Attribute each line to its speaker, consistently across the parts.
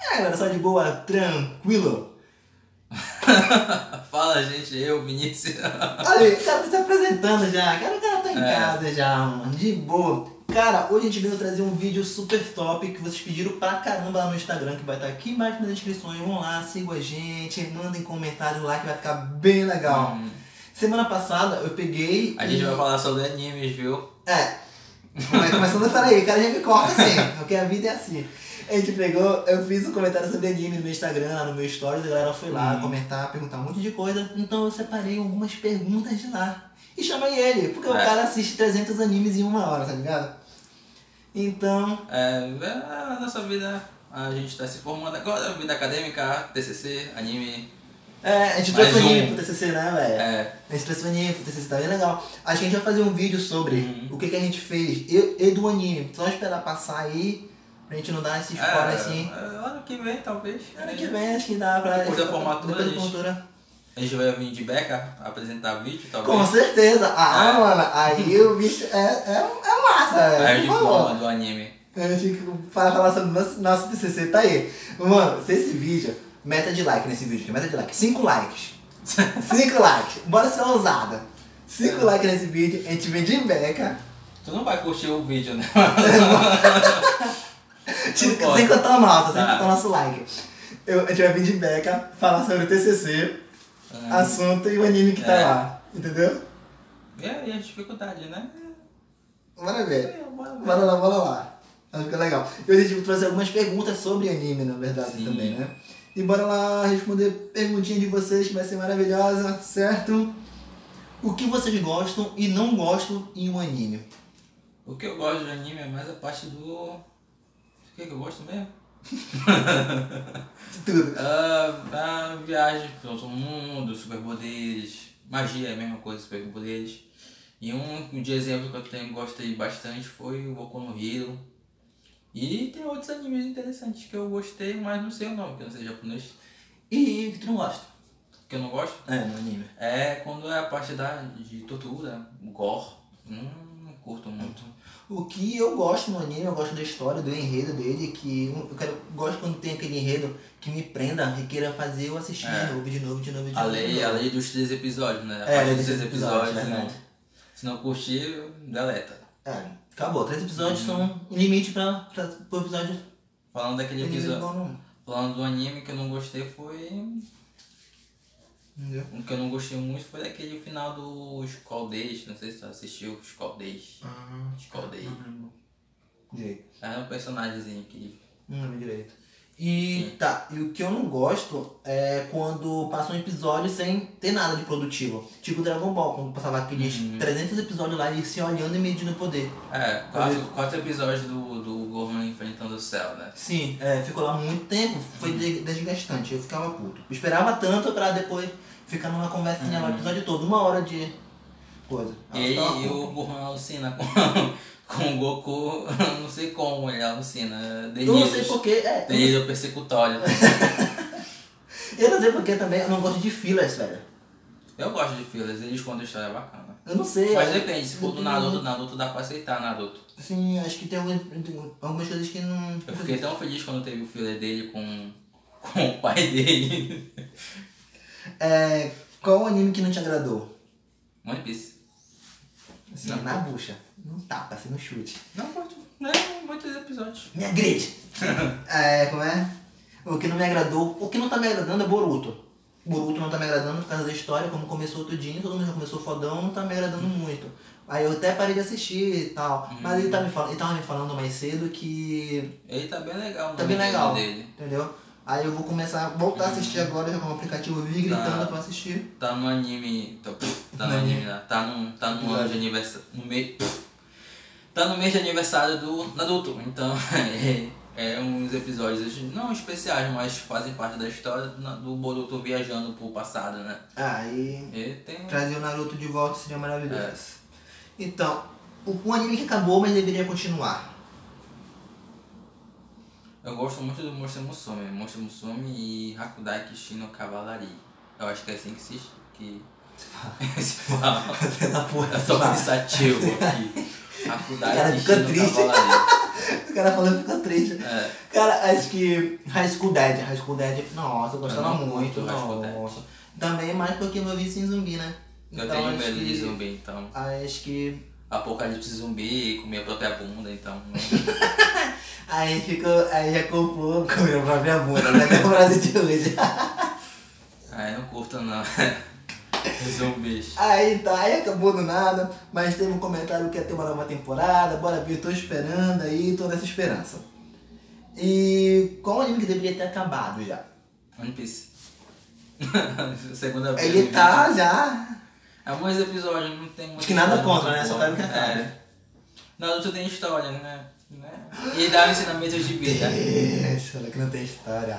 Speaker 1: É, galera, só de boa, tranquilo.
Speaker 2: Fala, gente, eu, Vinícius.
Speaker 1: Olha, aí, o cara tá se apresentando já. Cara, o cara tá em
Speaker 2: É.
Speaker 1: casa já, mano. De boa. Cara, hoje a gente veio trazer um vídeo super top que vocês pediram pra caramba lá no Instagram, que vai estar aqui embaixo nas descrições. Vão lá, sigam a gente, mandem comentário lá que vai ficar bem legal.
Speaker 2: Hum,
Speaker 1: Semana passada eu peguei.
Speaker 2: a
Speaker 1: e-
Speaker 2: gente vai falar sobre animes, viu?
Speaker 1: É. Vai começando por aí, o cara já me corta assim, porque a vida é assim. A gente pegou, eu fiz um comentário sobre anime no meu Instagram, lá no meu Stories, a galera foi lá
Speaker 2: Hum.
Speaker 1: comentar, perguntar um monte de coisa. Então eu separei algumas perguntas de lá. E chamei ele, porque o
Speaker 2: É.
Speaker 1: cara assiste 300 animes em uma hora, tá ligado? Então,
Speaker 2: É, é, a nossa vida, a gente tá se formando agora, vida acadêmica, TCC, anime.
Speaker 1: é, a gente
Speaker 2: Mais
Speaker 1: trouxe o anime
Speaker 2: um.
Speaker 1: pro TCC, né, velho?
Speaker 2: É,
Speaker 1: A gente trouxe o anime pro TCC, tá bem legal. Acho que a gente vai fazer um vídeo sobre
Speaker 2: Hum.
Speaker 1: o que, que a gente fez e, e do anime. Só esperar passar aí, pra gente não dar esse spoiler assim.
Speaker 2: é, ano que vem, talvez.
Speaker 1: Ano que vem acho que dá pra.
Speaker 2: Depois da formatura,
Speaker 1: Depois da
Speaker 2: gente.
Speaker 1: formatura.
Speaker 2: A gente vai vir de beca apresentar vídeo, talvez.
Speaker 1: Com certeza. Ah,
Speaker 2: Tá É.
Speaker 1: mano, aí o bicho é, é, é massa,
Speaker 2: Aí a
Speaker 1: é.
Speaker 2: gente fala do anime.
Speaker 1: A gente fala falar sobre o nosso, nosso TCC, tá aí. Mano, se esse vídeo, meta de like nesse vídeo, meta de like, 5 likes. 5 likes. Bora ser ousada.
Speaker 2: É.
Speaker 1: 5 likes nesse vídeo, a gente vem de beca.
Speaker 2: Tu não vai curtir o vídeo, né?
Speaker 1: Sem
Speaker 2: pode.
Speaker 1: sem contar o nosso, sem
Speaker 2: Tá.
Speaker 1: contar o nosso like. Eu, a gente vai vir de beca, falar sobre o TCC, assunto e o anime que tá
Speaker 2: É.
Speaker 1: lá. Entendeu?
Speaker 2: É, e as dificuldades, né?
Speaker 1: Bora ver.
Speaker 2: É, bora ver.
Speaker 1: Bora lá, bora lá. Acho que é legal. E hoje a gente trouxe algumas perguntas sobre anime, na verdade,
Speaker 2: Sim.
Speaker 1: também, né? E bora lá responder perguntinha de vocês, que vai ser maravilhosa, certo? O que vocês gostam e não gostam em um anime?
Speaker 2: O que eu gosto de anime é mais a parte do. O que, que eu gosto mesmo?
Speaker 1: Tudo.
Speaker 2: Ah, a viagem para outro mundo, superpoderes, magia é a mesma coisa, superpoderes. E um de exemplo que eu tenho gostei bastante foi o Boku no Hero. E tem outros animes interessantes que eu gostei, mas não sei o nome, porque eu não sei japonês. E que tu não gosta. Que eu não gosto?
Speaker 1: É, no anime.
Speaker 2: É quando é a parte da, de tortura, gore. Hum, não curto muito.
Speaker 1: O que eu gosto no anime, eu gosto da história, do enredo dele, que eu quero, gosto quando tem aquele enredo que me prenda e queira fazer eu assistir
Speaker 2: É.
Speaker 1: de novo, de novo, de novo, de
Speaker 2: A
Speaker 1: novo. de
Speaker 2: lei,
Speaker 1: novo.
Speaker 2: a lei dos três episódios, né? A
Speaker 1: É, a
Speaker 2: parte
Speaker 1: lei
Speaker 2: dos
Speaker 1: dos
Speaker 2: três
Speaker 1: três
Speaker 2: episódios,
Speaker 1: episódios,
Speaker 2: se não-
Speaker 1: verdade.
Speaker 2: se não curtir, deleta.
Speaker 1: É, acabou. Três episódios são um limite pra, pra, pro episódio.
Speaker 2: Falando daquele
Speaker 1: Ele
Speaker 2: episódio.
Speaker 1: igual não.
Speaker 2: Falando do anime que eu não gostei foi.
Speaker 1: Entendeu?
Speaker 2: O que eu não gostei muito foi daquele final do Skull Days. Não sei se tu assistiu Skull Days. Skull Days.
Speaker 1: Direito.
Speaker 2: É um personagemzinho que.
Speaker 1: Não lembro direito. E
Speaker 2: É.
Speaker 1: tá, e o que eu não gosto é quando passa um episódio sem ter nada de produtivo. Tipo Dragon Ball, quando passava aqueles
Speaker 2: Uhum.
Speaker 1: 300 episódios lá e se olhando e medindo o poder.
Speaker 2: É, quatro, quatro episódios do, do Gohan enfrentando o céu, né?
Speaker 1: Sim, é, ficou lá muito tempo, foi
Speaker 2: Uhum.
Speaker 1: de- desgastante, eu ficava puto. Eu esperava tanto pra depois ficar numa conversinha lá o episódio todo, uma hora de coisa.
Speaker 2: Uhum.
Speaker 1: Então,
Speaker 2: E,
Speaker 1: Aí eu ficava
Speaker 2: aí, e
Speaker 1: puto.
Speaker 2: o Gohan alucina com, com o Goku, não sei como ele alucina. Desde,
Speaker 1: Eu não sei porquê, é. eu não
Speaker 2: desde o persecutório.
Speaker 1: Eu não sei porque também eu não gosto de fillers, velho.
Speaker 2: Eu gosto de fillers, eles contam história bacana.
Speaker 1: Eu não sei. é,
Speaker 2: Mas
Speaker 1: eu-
Speaker 2: depende, se for
Speaker 1: Uhum.
Speaker 2: do Naruto, Naruto dá pra aceitar Naruto.
Speaker 1: Sim, acho que tem algumas, tem algumas coisas que não.
Speaker 2: Eu fiquei tão feliz quando teve o filler dele com, com o pai dele.
Speaker 1: É, qual o anime que não te agradou?
Speaker 2: Um One Piece.
Speaker 1: Assim, na bucha. Não tapa, assim, no chute.
Speaker 2: Não, muito, né? Muitos episódios.
Speaker 1: Me agride! é, como é? O que não me agradou, o que não tá me agradando é Boruto. Boruto não tá me agradando por causa da história, como começou tudinho, todo mundo já começou fodão, não tá me agradando
Speaker 2: Hum.
Speaker 1: muito. Aí eu até parei de assistir e tal. Mas
Speaker 2: Hum.
Speaker 1: ele, tá me fal... ele tava me falando mais cedo que
Speaker 2: Ele tá bem legal, mano.
Speaker 1: Tá bem
Speaker 2: o
Speaker 1: legal.
Speaker 2: Dele. Uhum.
Speaker 1: Entendeu? Aí eu vou começar a voltar a assistir agora, já com o aplicativo, eu vim gritando
Speaker 2: Tá.
Speaker 1: pra assistir.
Speaker 2: Tá no anime. Tá, tá no anime lá. Tá no, tá no ano de aniversário. No mês. Tá no mês de aniversário do Naruto. Então, é, é uns episódios não especiais, mas fazem parte da história do, Na- do Boruto viajando pro passado, né?
Speaker 1: Aí
Speaker 2: E tem.
Speaker 1: trazer o Naruto de volta seria maravilhoso.
Speaker 2: É.
Speaker 1: Então, o, o anime que acabou, mas deveria continuar.
Speaker 2: Eu gosto muito do Monstro Musume. Monstro Musume e Hakudai Kishino Cavalari. Eu acho que é assim que se, que se fala.
Speaker 1: Filha da porra.
Speaker 2: Eu tô pensativo aqui. Hakudai
Speaker 1: Cara, ficou
Speaker 2: Kishino
Speaker 1: triste.
Speaker 2: Cavalari.
Speaker 1: O cara falando fica triste.
Speaker 2: É.
Speaker 1: Cara, acho que High School Dead, High School Dead, nossa, eu gostava
Speaker 2: Eu não
Speaker 1: muito,
Speaker 2: curto High School Dead.
Speaker 1: nossa. Também mais porque eu vi em zumbi, né?
Speaker 2: Eu tenho
Speaker 1: acho
Speaker 2: medo de
Speaker 1: que-
Speaker 2: zumbi, então.
Speaker 1: Acho que.
Speaker 2: Apocalipse zumbi, comer a própria bunda, então.
Speaker 1: Aí ficou. Aí já comprou, comeu pra minha bunda, né? Que é o Brasil de hoje.
Speaker 2: ah, eu não curto não. Zumbis.
Speaker 1: Aí tá, aí acabou do nada, mas teve um comentário que ia ter uma nova temporada, bora ver, tô esperando aí, tô nessa esperança. E qual anime que deveria ter acabado já?
Speaker 2: One Piece. Segunda vez. no
Speaker 1: Ele
Speaker 2: vídeo.
Speaker 1: tá já.
Speaker 2: É mais episódio, não tem muito.
Speaker 1: Acho que nada
Speaker 2: história,
Speaker 1: contra,
Speaker 2: muito
Speaker 1: né? Só
Speaker 2: bom.
Speaker 1: quero que acabe.
Speaker 2: É. Naruto tem história, né? Né? E dá ensinamentos de vida.
Speaker 1: Isso, olha É, que não tem história.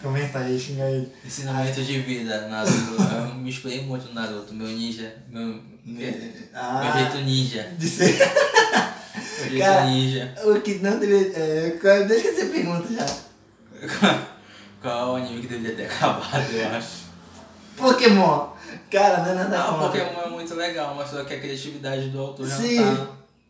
Speaker 1: Comenta aí, xinga aí. é
Speaker 2: Ensinamentos de vida, Naruto. Eu me inspirei muito no Naruto, meu ninja. Meu, meu
Speaker 1: Ah,
Speaker 2: jeito ninja.
Speaker 1: de ser.
Speaker 2: Meu jeito
Speaker 1: Cara.
Speaker 2: ninja.
Speaker 1: o que não deveria. É, qual- deixa essa pergunta já.
Speaker 2: Qual é anime que deveria ter acabado, eu acho.
Speaker 1: Pokémon. Cara, não é nada
Speaker 2: Não,
Speaker 1: contra.
Speaker 2: Pokémon é muito legal, mas só que a criatividade do autor já não
Speaker 1: Sim.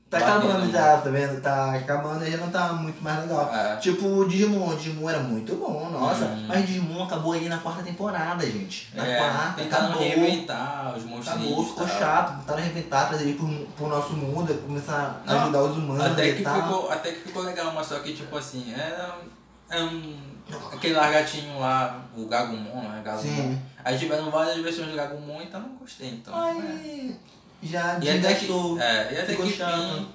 Speaker 1: Tá
Speaker 2: batendo né?
Speaker 1: acabando
Speaker 2: muito.
Speaker 1: já, tá vendo? Tá acabando e já não tá muito mais legal.
Speaker 2: É.
Speaker 1: Tipo o Digimon, o Digimon era muito bom, nossa.
Speaker 2: Hum.
Speaker 1: Mas o Digimon acabou aí na quarta temporada, gente. Na
Speaker 2: É,
Speaker 1: quarta,
Speaker 2: tentando
Speaker 1: acabou.
Speaker 2: reinventar os
Speaker 1: Acabou,
Speaker 2: monstrinhos. e
Speaker 1: ficou
Speaker 2: tal.
Speaker 1: chato, Tá tentaram arrebentar, trazer ele pro, pro nosso mundo, começar a
Speaker 2: Não,
Speaker 1: ajudar os humanos
Speaker 2: Até
Speaker 1: e
Speaker 2: que,
Speaker 1: tal.
Speaker 2: ficou, até que ficou legal, mas só que tipo assim, é, é um. Aquele largatinho lá, o Gagumon, né? Gagumon.
Speaker 1: Sim.
Speaker 2: Aí tiveram várias versões do Gagumon, então não gostei. Então, né?
Speaker 1: Aí já
Speaker 2: E até que.
Speaker 1: desgastou.
Speaker 2: É, e até
Speaker 1: ficou
Speaker 2: que
Speaker 1: chato.
Speaker 2: fim.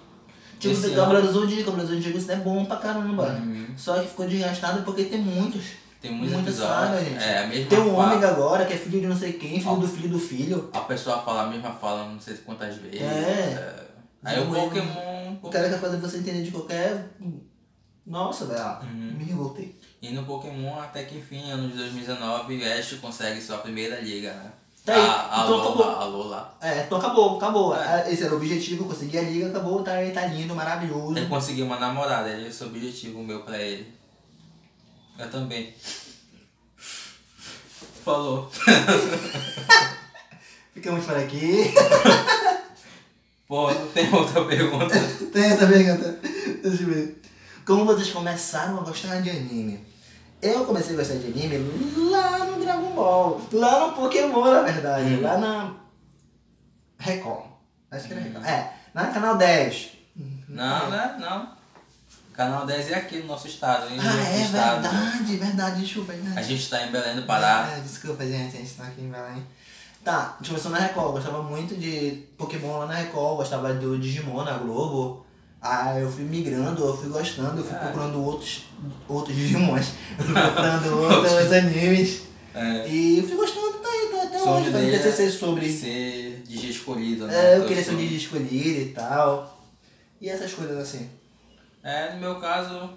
Speaker 1: Tipo, o
Speaker 2: esse ano-
Speaker 1: Cavaleiro Zodíaco, Cavaleiro Zodíaco, isso é bom pra caramba.
Speaker 2: Uhum.
Speaker 1: Só que ficou desgastado porque tem muitos.
Speaker 2: Tem muitos
Speaker 1: muita
Speaker 2: episódios.
Speaker 1: saga, gente.
Speaker 2: É, a mesma
Speaker 1: Tem o
Speaker 2: fala.
Speaker 1: Ômega agora, que é filho de não sei quem, filho
Speaker 2: Ó.
Speaker 1: do filho do filho.
Speaker 2: A pessoa fala a mesma fala não sei quantas vezes.
Speaker 1: É.
Speaker 2: Aí o
Speaker 1: Desenvolve-
Speaker 2: Pokémon.
Speaker 1: O cara quer fazer você entender de qualquer. um. Nossa, velho. ah, Me revoltei.
Speaker 2: E no Pokémon, até que enfim, ano de 2019, Ash consegue sua primeira liga, né?
Speaker 1: Tá aí,
Speaker 2: A, a
Speaker 1: então
Speaker 2: Lola,
Speaker 1: acabou.
Speaker 2: a Lola.
Speaker 1: É, então acabou, acabou.
Speaker 2: É.
Speaker 1: Ah, Esse era o objetivo, consegui a liga, acabou, tá, tá lindo, maravilhoso.
Speaker 2: Ele conseguiu uma namorada, esse é o objetivo meu pra ele. Eu também. Falou.
Speaker 1: Ficamos por aqui.
Speaker 2: Pô, não tem outra pergunta.
Speaker 1: Tem essa pergunta. Deixa eu ver. Como vocês começaram a gostar de anime? Eu comecei a gostar de anime lá no Dragon Ball. Lá no Pokémon, na verdade.
Speaker 2: Uhum.
Speaker 1: Lá na. Record. Acho que era
Speaker 2: Uhum.
Speaker 1: Record. É, na Canal 10.
Speaker 2: Não, né? Não. Canal 10 é aqui no nosso estado, hein?
Speaker 1: Ah,
Speaker 2: Nosso
Speaker 1: é
Speaker 2: estado. né?
Speaker 1: verdade, verdade, desculpa, é verdade.
Speaker 2: A gente tá em Belém do Pará.
Speaker 1: É, desculpa, gente, a gente tá aqui em Belém. Tá, a gente começou na Record, eu gostava muito de Pokémon lá na Record, gostava do Digimon na Globo. Aí eu fui migrando, eu fui gostando, eu fui
Speaker 2: É.
Speaker 1: procurando outros, outros Digimons, eu fui procurando outros animes.
Speaker 2: É.
Speaker 1: E fui gostando, tá aí, tô até
Speaker 2: Sobre
Speaker 1: hoje, fazendo
Speaker 2: ele,
Speaker 1: TCC sobre.
Speaker 2: Ser DJ escolhido, né?
Speaker 1: É, eu
Speaker 2: Então,
Speaker 1: queria ser
Speaker 2: sou-
Speaker 1: o DJ escolhido e tal. E essas coisas assim.
Speaker 2: É, no meu caso.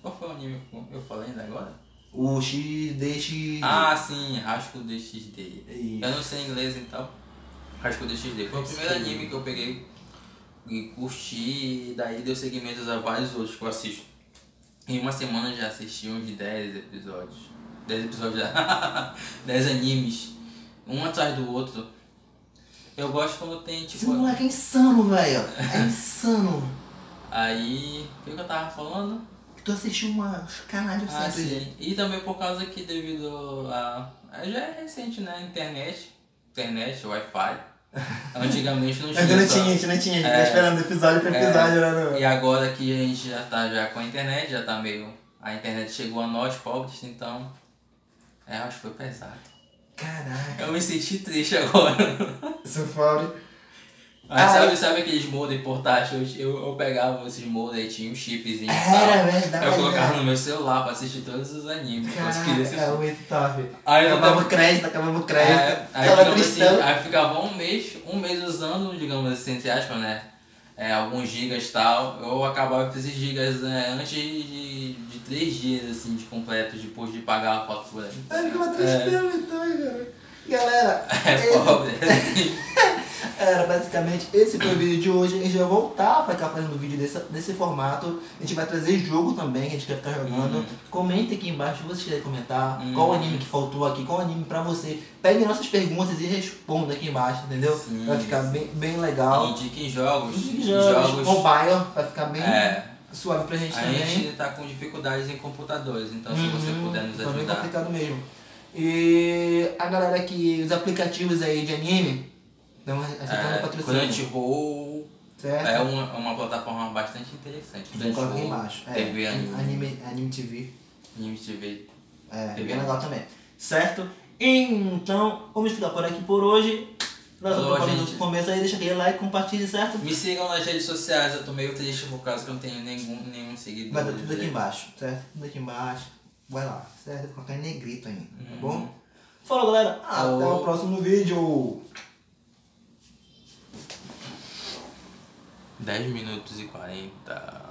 Speaker 2: Qual foi o anime que eu falei ainda agora?
Speaker 1: O X, deixe.
Speaker 2: Ah, sim, Rasco DXD.
Speaker 1: Isso.
Speaker 2: Eu não sei inglês então. Rasco DXD. Foi o primeiro anime que eu peguei e curti, e daí deu segmentos a vários outros que eu assisto. Em uma semana eu já assisti uns 10 episódios. 10 episódios já. 10 animes. Um atrás do outro. Eu gosto quando tem
Speaker 1: Esse
Speaker 2: tipo.
Speaker 1: moleque é insano, velho. É insano.
Speaker 2: Aí. O que que eu tava falando?
Speaker 1: Que Tu assistiu uma caralho de
Speaker 2: Ah,
Speaker 1: sempre.
Speaker 2: sim. E também por causa que devido a. a- Já é recente, né? Internet. Internet, Wi-Fi. Antigamente não tinha.
Speaker 1: Ainda É não
Speaker 2: só-
Speaker 1: tinha, a gente não tinha, a gente
Speaker 2: É.
Speaker 1: tava esperando episódio pra episódio, né? não?
Speaker 2: E agora que a gente já tá já com a internet, já tá meio. A internet chegou a nós, pobres, então. É, acho que foi pesado.
Speaker 1: Caraca,
Speaker 2: Eu me senti triste agora.
Speaker 1: sou pobre.
Speaker 2: Mas
Speaker 1: Ah,
Speaker 2: sabe, sabe aqueles modem portáteis? Eu, eu pegava esses modem e tinha um chipzinho. e
Speaker 1: Era
Speaker 2: tal.
Speaker 1: verdade,
Speaker 2: Eu colocava
Speaker 1: né?
Speaker 2: no meu celular pra assistir todos os animes. que Eu queria
Speaker 1: Caraca,
Speaker 2: assistir.
Speaker 1: é muito top.
Speaker 2: Aí eu
Speaker 1: acabava
Speaker 2: tava-
Speaker 1: o crédito, acabava o
Speaker 2: É,
Speaker 1: crédito.
Speaker 2: aí,
Speaker 1: Tava
Speaker 2: digamos assim,
Speaker 1: cristão.
Speaker 2: aí ficava um mês, um mês usando, digamos assim, entre aspas, né? É, alguns gigas e tal. Eu acabava com esses gigas né, antes de, de três dias, assim, de completo, depois de pagar a fatura.
Speaker 1: Ai, que uma
Speaker 2: É,
Speaker 1: tristeza então, hein, cara. Galera,
Speaker 2: é
Speaker 1: esse-
Speaker 2: pobre.
Speaker 1: Era basicamente esse foi o vídeo de hoje. A gente vai voltar pra ficar fazendo vídeo desse, desse formato. A gente vai trazer jogo também, que a gente quer ficar
Speaker 2: Uhum.
Speaker 1: jogando. Comenta aqui embaixo se vocês quiserem comentar
Speaker 2: Hum.
Speaker 1: qual anime que faltou aqui, qual anime pra você. Pegue nossas perguntas e responda aqui embaixo, entendeu?
Speaker 2: Sim.
Speaker 1: Vai ficar bem, bem legal.
Speaker 2: Indiquem jogos.
Speaker 1: Jogos, mobile, vai ficar bem.
Speaker 2: É,
Speaker 1: suave pra gente
Speaker 2: A
Speaker 1: também.
Speaker 2: gente tá com dificuldades em computadores, então se você
Speaker 1: Uhum,
Speaker 2: puder nos
Speaker 1: tá bem
Speaker 2: ajudar.
Speaker 1: complicado mesmo. E a galera que. Os aplicativos aí de anime. Estão aceitando
Speaker 2: É,
Speaker 1: um patrocínio.
Speaker 2: Crunchyroll
Speaker 1: Certo?
Speaker 2: é uma, uma plataforma bastante interessante.
Speaker 1: Vou colocar aqui
Speaker 2: Crunchyroll,
Speaker 1: embaixo. É,
Speaker 2: TV Anime,
Speaker 1: anime, anime TV.
Speaker 2: Anime TV.
Speaker 1: É,
Speaker 2: TV.
Speaker 1: bem legal também. Certo? Então, vamos ficar por aqui por hoje. Nossa
Speaker 2: Falou,
Speaker 1: propaganda
Speaker 2: gente.
Speaker 1: do começo aí, deixa aquele like, compartilhe, certo?
Speaker 2: Me sigam nas redes sociais, eu tô meio triste por causa que eu não tenho nenhum, nenhum seguidor.
Speaker 1: Vai estar tá tudo aqui embaixo, certo? Tudo aqui embaixo. Vai lá, certo? Colocar em negrito ainda, tá bom? Falou, galera. Até
Speaker 2: Uhum. Falou.
Speaker 1: o próximo vídeo.
Speaker 2: 10 minutos e 40.